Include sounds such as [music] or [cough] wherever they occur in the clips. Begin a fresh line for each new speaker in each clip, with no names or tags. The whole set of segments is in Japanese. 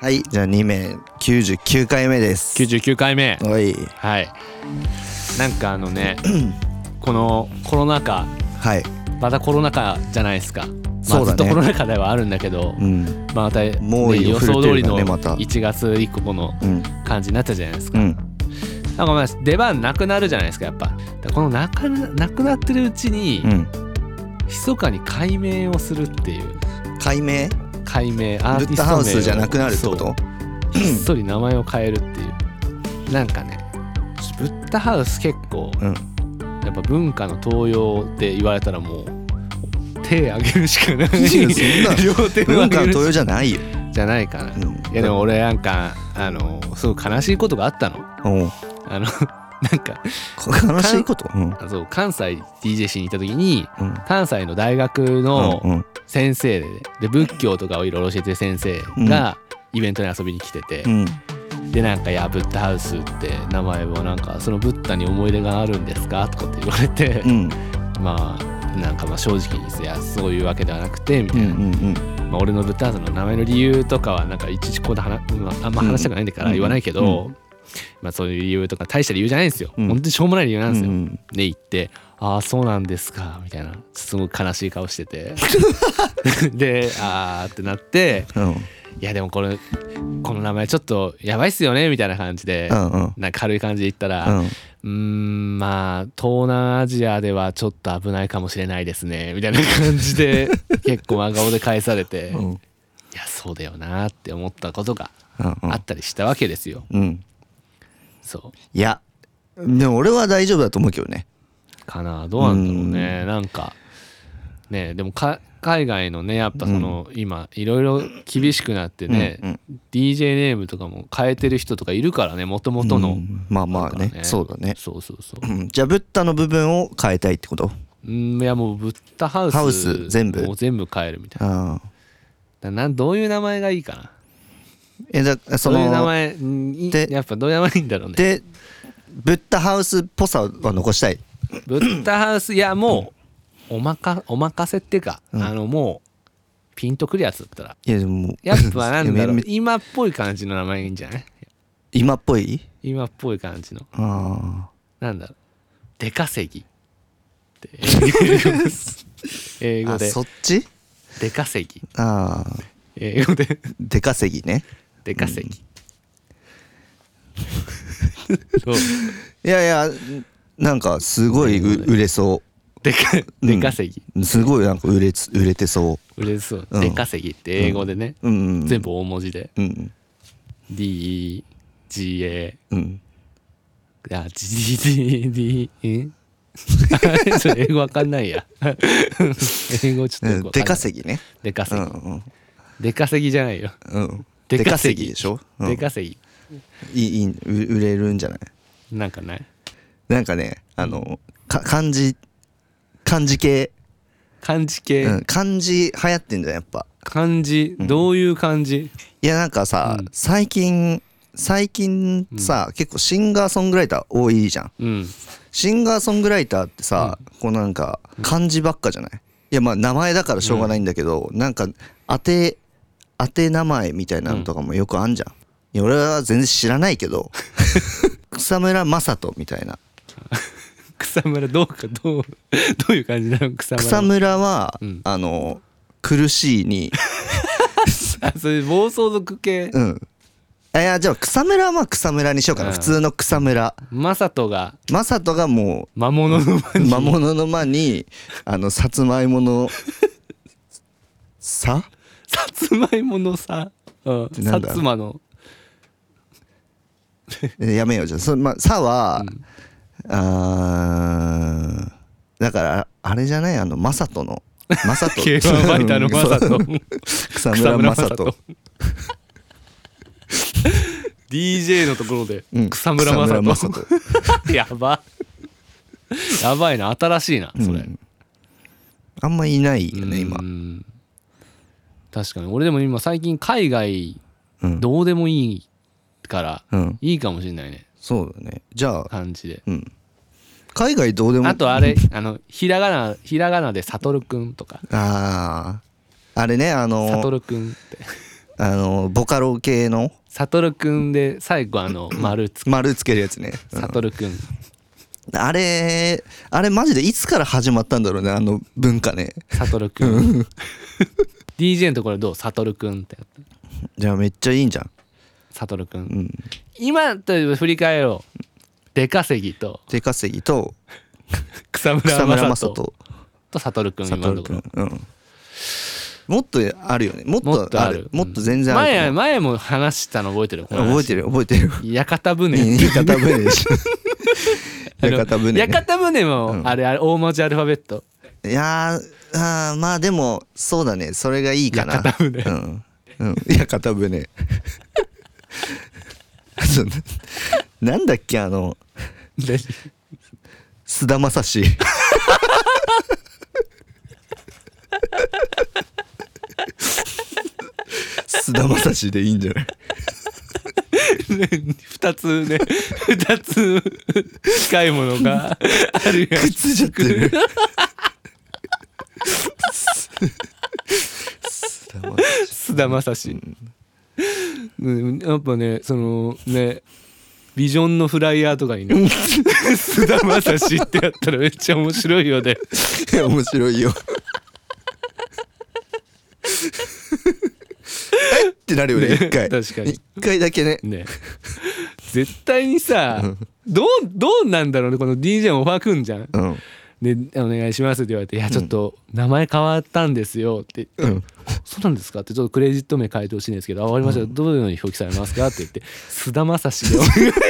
はいじゃあ2名99回目です
99回目
おい
はいなんかあ
[clears throat]
のねこのコロナ禍
はい
またコロナ禍じゃないですか、ま
そ
あ、
う
ず
だね
っとコロナ禍ではあるんだけど、
うん
まあ、また、ね、
猛威を
予
振る
想
って
通
る
り
から
の
ねまた
1月以降の
うん
感じになったじゃないですか、
うん
なんかまあ出番なくなるじゃないですかやっぱだからこのなかななくなってるうちに、
うん
密かに解明をするっていう
解明
解明アー
ブ
テ
ッ
ィスト
ダ
名を
ハウスじゃなくなるってこ
そう
と
ひっそり名前を変えるっていうなんかねブッダハウス結構、
うん
やっぱ文化の東洋って言われたらもう手挙げるしかない
いやそんな
両手を
文化の
挙げ
豊
る
じゃないよ、
[laughs] じゃないかな、
う
い
ん、
やでも俺なんかあのすごい悲しいことがあったの
おう
あの [laughs] なんか
悲しいことうん
あそう関西 DJ しに行った時に
うん
関西の大学の
うんうん
先生でで仏教とかをいろいろ教えてる先生がイベントに遊びに来てて、
うん
でなんか「いやブッダハウスって名前をなんかそのブッダに思い出があるんですか?」とかって言われて、
うん
まあなんかまあ正直にいやそういうわけではなくてみ
う
たい
ん
な、
うん
まあ、俺のブッダハウスの名前の理由とかはなんかいちいちここで話、まあ、あんま話したくないんだから言わないけど、
う
まあ、そういう理由とか大した理由じゃないんですよ、
うん
本当にしょうもない理由なん
う
ですよ、
ん
で行って「ああそうなんですか」みたいなすごい悲しい顔して
[laughs]
てで「ああ」ってなって
うん
「いやでもこれこの名前ちょっとやばいっすよね」みたいな感じで、
うんうん
なんか軽い感じで言ったら「
うん
うーんまあ東南アジアではちょっと危ないかもしれないですね」みたいな感じで
[laughs]
結構真顔で返されて「
う
い
ん
やそうだよな」って思ったことが
うん
あったりしたわけですよ。
うん
そう
いやでも俺は大丈夫だと思うけどね
かなどうなんだろうねなんかねでもか海外のねやっぱその、今いろいろ厳しくなってね、
うん
DJ ネームとかも変えてる人とかいるからねもともと
う
の
んまあまあ
だから
ねそうだね
そうそうそう
うんじゃあブッダの部分を変えたいってこと
うんいやもうブッダハウス
ハウス全部
もう全部変えるみたい
ああ
ななんどういう名前がいいかな
えだそ
そういう名
の
前に
で
やっぱどういう名前がいいんだろうね
でブッダハウスっぽさは残したい
ブッダハウスいやもうおまかお任せっていうか、あのもうピンとくるやつだったら
いやでも
やっぱなんだろ
いや [laughs] め
う
め
今っぽい感じの名前がいいんじゃない
今っぽい
今っぽい感じの
あ
なんだろう出稼ぎって英語です英
ー
語
あ
で
そっち
出稼ぎ
ああ
英語で
出稼ぎね
出稼ぎ、そう
いやいやなんかすごいう売れそ
出か出稼ぎ、
うすごいなんか売れつ売れてそ
嬉しそう、
うん
出稼ぎって英語でね、
ううん
全部大文字で、
うん
DEGA
うん
あ GDD [laughs] んそれ英語わかんないや英語ちょっとよくわかんない
出稼ぎね
出
う
稼
ん
ぎ
うん
出稼ぎじゃないよ
うん
出
出
稼
稼
ぎ
ぎでしょうん
出稼ぎ
いいいいう売れるんじゃない
なんかない
なんかねあのか漢字漢字系
漢字系、
うん漢字流行ってんじゃんやっぱ
漢字どういう漢字、
いやなんかさ、
うん
最近最近さ、結構シンガーソングライター多いじゃん
うん、
シンガーソングライターってさ、こうなんか漢字ばっかじゃないいやまあ名前だからしょうがないんだけど、なんか当て当て名前みたいなのとかもよくあんじゃん、いや俺は全然知らないけ [laughs] ど草村雅人みたいな
草むらどうかどうどういう感じなの草むら
草村は、
うん
あの苦しいに
あそれ暴走族系
うんいやじゃあ草村はまあ草村にしようかな、
うん
普通の草村
マサトが
雅人がもう
魔物の [laughs] 魔に
魔物の間にあのさつまいもの
[laughs]
さ
さつまいものさ、うん、
てな
さ
んだ
つまの
えやめようじゃんそ、ま、さは、あーだからあれじゃないあのマサトのマ
[laughs]
サト
K1 ファイタ
[laughs]
ーのマサト
草村マサト
DJ のところで
うん
草村マサ
草
ト
村雅人
やばやばいな新しいなそれ、
うんあんまいないよね今
うん確かに俺でも今最近海外
うん、
どうでもいいから
うん、
いいかもしれないね
そうだねじゃあ
感じで
うん海外どうでも
あとあれあのひらがなひらがなで「さとるくん」とか
あーあれねあ
「さと
の
るくん」って
あのボカロ系の
サトルくんで最後
[clears throat]
あの丸つ
丸つけるやつね、うん
サトルくん
あれあれマジでいつから始まったんだろうねあの文化ね
サトルく [laughs] ん DJ のところどうサトルくんってやった
じゃあめっちゃいいんじゃん
サトルくん
うん
今と振り返ろう出稼ぎと
手稼ぎ [laughs] と
草村
草村正
正人
人
とサトルくん今のところ
うんもっとあるよねもっ
もっ
と
と
あ
あ
る
る
もっと全然あ
前
る
前も話したの覚えてる
と思う覚えて
る
る覚えてる
屋形船
[laughs] いい屋形船でしょ
あの
屋形船
屋
ね
形船も
ん
あれあれ大文字アルファベッ
[laughs]
ト
いやーあーまあでもそうだねそれがいいかな
屋形船
うん、うん、屋形船そう [laughs] なんだっけあの菅田将暉菅田将暉でいいんじゃない
二つね [laughs] 二つ近いものがあるや
くっついちゃってる菅田将暉
菅田将暉、うん、やっぱねそのねビジョンのフライヤーとかにね [laughs] 菅田将暉ってやったらめっちゃ面白いよね
いや [laughs] 面白いよえってなるよね
ね
一回
確かに
一回だけね
ね絶対にさどうどうなんだろうねこの DJ もオファーくんじゃん
うん
で「お願いします」って言われて「いやちょっと名前変わったんですよ」って言って、
うん
そうなんですか?」ってちょっとクレジット名変えてほしいんですけど「あ終わりました、どのように表記されますか?」って言 [laughs] って「菅田将暉でお願いします」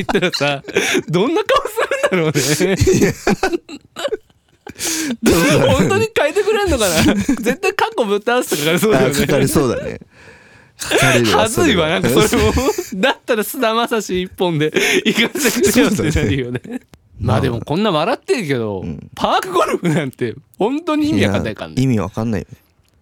って言ったらさ [laughs] どんな顔するんだろうね。 [laughs] 本当に変えてくれんのかな [laughs] 絶対過去ぶっ倒すとかかりそうだよ
あか
ね
かりそうだねかかれる
はずいわなんかそ
も
れもだったら菅田将暉一本で [laughs] 行かせてくれよってなるよねまあでもこんな笑ってるけど、パークゴルフなんて本当に意味わかんないからね
意味わかんないよね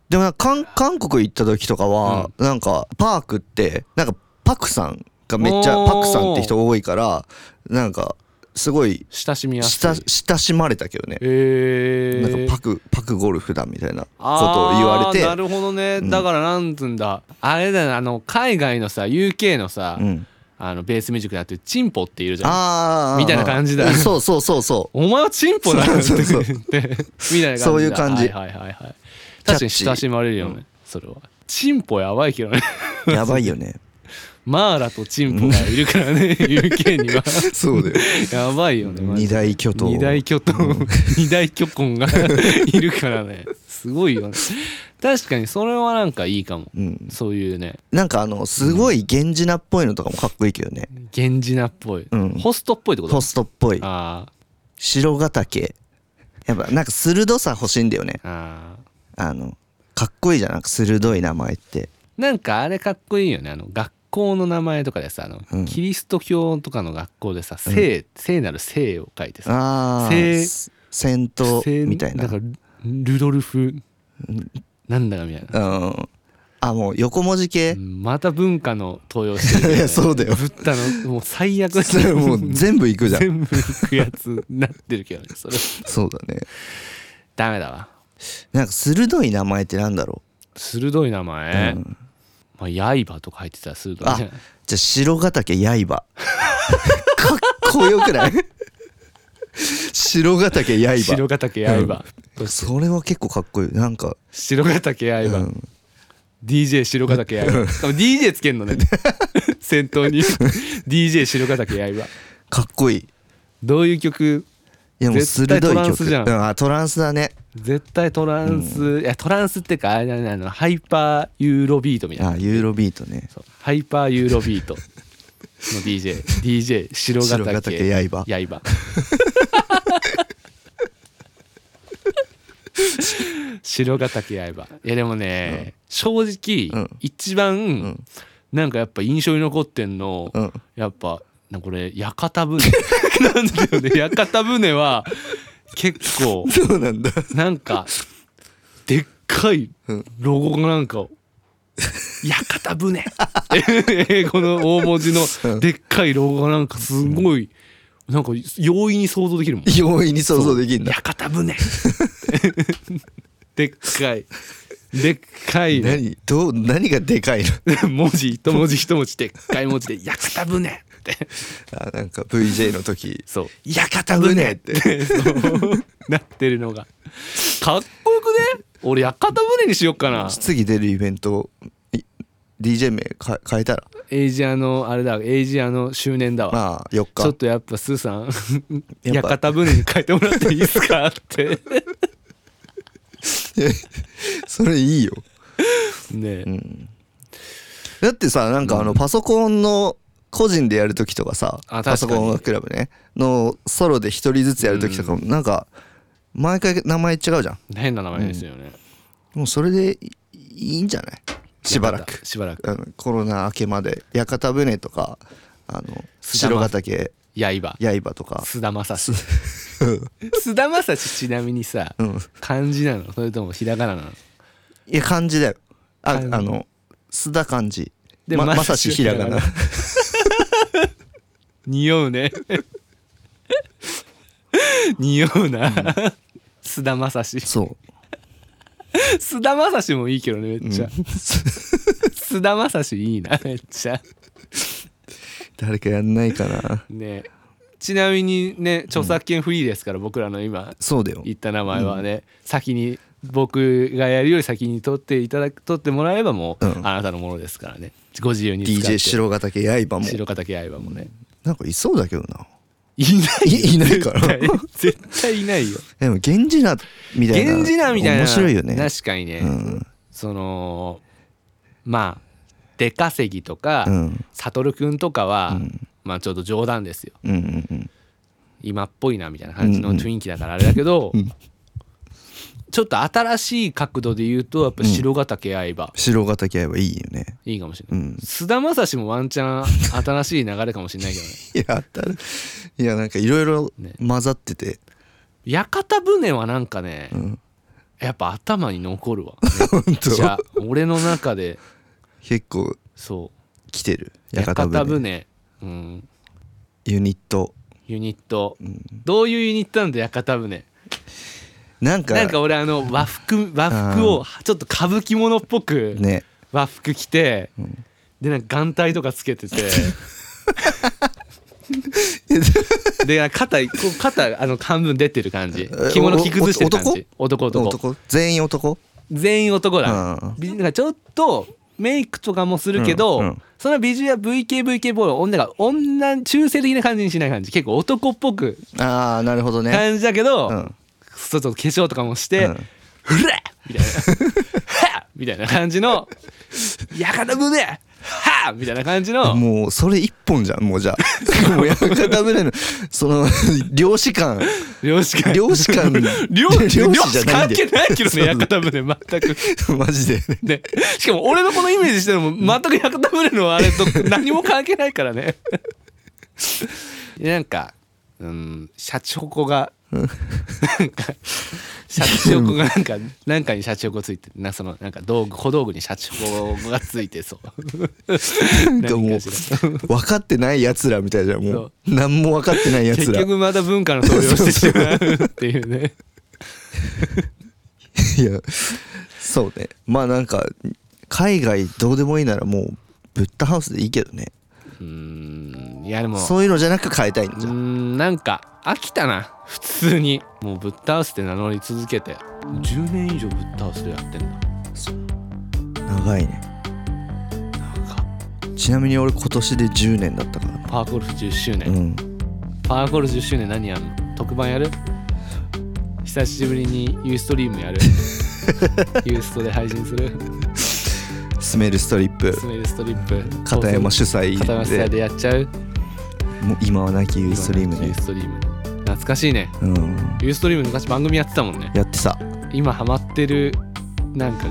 でもなんか韓韓国行った時とかは、なんかパークってなんかパクさんがめっちゃ
おー
パクさんって人多いからなんかすごい
親しみやすい
親親しまれたけどね、
え
なん
ー
かパクパクゴルフだみたいなことを言われて
あーなるほどねだからなんつうんだ、あれだなあの海外のさ UK のさ、
うん
あのベースミュージックだってチンポっているじゃん
あー
みたいな感じだ
うんそうそうそうそう
お前はチンポなのって
そうそうそう
言ってみたいな感じだ
そういう感じ
はいはいはいはい確かに親しまれるよね、それはチンポやばいけどね
やばいよね
マーラとチンポがいるからね UK には
[laughs] そうだよ
やばいよねマジ
二
で
大巨頭
二大巨頭二大巨根が [laughs] いるからねすごいよね確かにそれはなんかいいかも
うん、
そういうね
なんかあのすごい源氏名っぽいのとかもかっこいいけどね、
源氏名っぽい、
うん
ホストっぽいってこと
ホストっぽい
あー
白ヶ岳やっぱなんか鋭さ欲しいんだよね
あー
あのかっこいいじゃんなんか鋭い名前って
なんかあれかっこいいよねあの学校の名前とかでさあの、
うん
キリスト教とかの学校でさ「聖」聖なる聖を書いてさ
ああ
せ
戦闘みたいな
だからルドルフなんだかみたいな
うんあもう横文字系
う、んまた文化の登用してる、
いや [laughs] そうだよ
ブッダのもう最悪
それもう全部いくじゃん
全部いくやつになってるけどねそれ
そうだね
ダメだわ
なんか鋭い名前ってなんだろ
鋭い名
う、
前、
うん
まあ、刃とか入ってたら鋭い
あ
ね
[laughs] じゃあ白ヶ岳刃
[laughs]
かっこよくない白ヶ岳刃
白ヶ岳刃、
それは結構かっこいいなんか
白ヶ岳刃、
うん
DJ 白ヶ岳刃しかも DJ つけんのね
[laughs]
先頭に DJ 白ヶ岳刃
かっこいい
どういう曲
いやもう
絶
鋭
対
い曲
トランスじゃん
うあトランスだね
絶対トランス、いやトランスってかあれだねあのハイパーユーロビートみたいな
あユーロビートね
そうハイパーユーロビートの DJ DJ 白
白
ヶ
ヶ
岳
岳刃
刃 [laughs] 白ヶ岳刃いやでもね、正直、
うん
一番、
ん
なんかやっぱ印象に残ってんの、
うん
やっぱなんかこれ屋形船 [laughs] なんだよね屋形船は結構
[laughs] そうなんだ
なんかでっかい
うん
ロゴがなんか
[laughs]
「屋形船」 [laughs] 英語の大文字のでっかいロゴがなんかすごいなんか容易に想像できるもん
[laughs] 容易に想像できるんだ
屋形船でっかいでっかい、ね、
何どう何がでかいの [laughs]
文字一文字一文字でっかい文字で「屋形船」って
あなんか VJ の時
そう
「屋形船」って
そうなってるのがかっこよくね俺屋形船にしよっかな
次出るイベントい DJ 名か変えたら
エイジアのあれだエイジアの周年だわ、
まあ4
ちょっ
日
とやっぱスーさん
[laughs] や
屋
っぱ
形船に変えてもらっていいです
[laughs]
かって
それいいよ
ね
うんだってさなんかあのパソコンの個人でやる時とかさ
あ確か
パ
に
ソコン音楽クラブねのソロで一人ずつやる時とかもなんか毎回名前違うじゃん
変な名前ですよね、
もうそれでいいいんじゃないしばらく
しばらく
あのコロナ明けまで屋形船とかあの
菅
白ヶ
田ま
岳
刃
刃とか
須田まさし [laughs] 須田まさしちなみにさ、
うん
漢字なのそれともひらがななの
いや漢字だよああ
漢字
の須田漢字
で
ま
ま
まさしひらがな
匂うね [laughs] 匂うな、須田まさし
そう
須田まさしもいいけどねめっちゃ、
う
[laughs]
ん
須田まさしいいなめっちゃ
誰かやんないかな
ねちなみにね著作権フリーですから、僕らの今
そうだよ
言った名前はね、先に僕がやるより先に取っていただく取ってもらえばもう、
うん
あなたのものですからねご自由に使って
DJ 白ヶ岳刃も
白ヶ岳刃もね
なんかいそうだけどない
ないよ
[laughs] いいないから
絶
[laughs]
対絶対いないよ
でも源氏名みたいな
源氏名みたいな
面白いよね
確かにね、
うん
そのまあ出稼ぎとか、
うん
悟くんとかは、
うん
まあちょっと冗談ですよ
うんうんうん
今っぽいなみたいな感じの
うんうん
雰囲気だからあれだけど、
うん
ちょっと新しい角度で言うとやっぱ白ヶ岳相葉、
白ヶ岳刃いいよね
いいかもしれ
う
ない、
ん
須田まさしもワンチャン新しい流れかもしれないけど [laughs] ね
[laughs] いや当たるいやなんかいろいろ
ね
混ざってて
屋形船はなんかね、
ん
やっぱ頭に残るわ
本当
じゃあ俺の中で
結構
そ
来てる
う屋形船
屋形
うん、
ユニット
ユニット、どういうユニットなんだ屋形船
なんか
なんか俺あの和服和服をちょっと歌舞伎物っぽく、
ね
和服着て、でなんか眼帯とかつけ
[laughs]
ててでなんか肩こう肩あの半分出てる感じ
え
着物着崩してる感じ男男
男全員男
全員男だ、
うん
びなんかちょっとメイクとかもするけど、
うんうん
そのビジュアル VKVK ボール女が女中性的な感じにしない感じ結構男っぽく
ああなるほどね
感じだけど、
うん
ちょっと化粧とかもして、
うん
ふらっ
[laughs]
みたいなはっみたいな感じの「やかた胸はっ!」みたいな感じの
もうそれ一本じゃんもうじゃあ [laughs] もう屋形船のその [laughs] 漁師 [laughs] 感
漁師感
漁師感
漁
[laughs] 漁
師
師
漁
じゃ
師
ないんだ
関係
よ
ないけどね屋形船全く
[laughs] マジで
ねしかも俺のこのイメージしてるのも全く屋形船のあれと何も関係ないからねなんかうんシャチホコがなんかシャチホコがなんかなんかにシャチホコついてなそのなんか道具小道具にシャチホコがついてそう
なんかもう
何かし
分かってないやつらみたいじゃんもう
そ
何も分かってないやつ
結
ら
局また文化の登用してしまうっていうね
いやそうねまあなんか海外どうでもいいならもうブッダハウスでいいけどね
うーんいやでもう
そういうのじゃなく変えたいんじ
ー
ゃん
んなんか飽きたな普通にもうぶっ倒して名乗り続けて10年以上ぶっ倒してやってんだ
長いねちなみに俺今年で10年だったから
パーゴルフ10周
う
年、
ん
パーゴルフ10周年何やんの特番やる久しぶりにユーストリーム
[laughs]
やるユーストで配信する
スメルストリップ
スメルストリップ
片山主催
片山主催
で
でやっちゃう
もう今はなきユーストリーム
ユ
ね
ーストリーム懐かしいね
うん
ユーストリーム昔番組やってたもんね
やってさ
今ハマってるなんか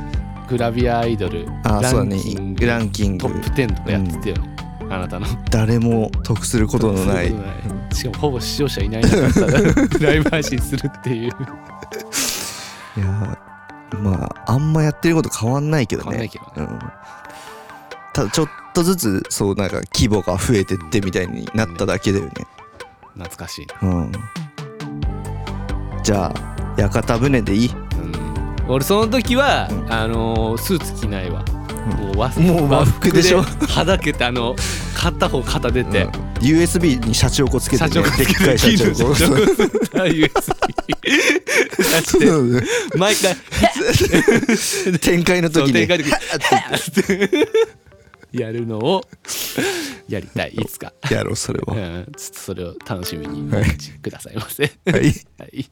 グラビアアイドル
ああそうだねランキン
ト
グ
ップ10とかやってたよね、あなたの
誰も得することのない
そういうことない [laughs] しかもほぼ視聴者いない中から [laughs] ライブ配信するってい
い
う
やーまああんまやってること変わんないけどね
変わんないけどね
うん、ただちょっとずつそうなんか規模が増えてってみたいになっただけだよね
懐かしい
う
な
んじゃあ屋形船でいい
うん俺その時は、あのースーツ着ないわ、もう和服
もう和服でしょ
和服ではだけてあの片方肩出て、
USB にシャチホコつけて
社
ね
長が
でっかいシャチホコ
社長
そう
が作 [laughs] った USB
[laughs] そうなのね
毎回
展開の時
そう
に
展開の時に [laughs] やるのをやりたいいつか、
やろうそれは
うん、ちょっとそれを楽しみに
はい
くださいませ、
はい
はい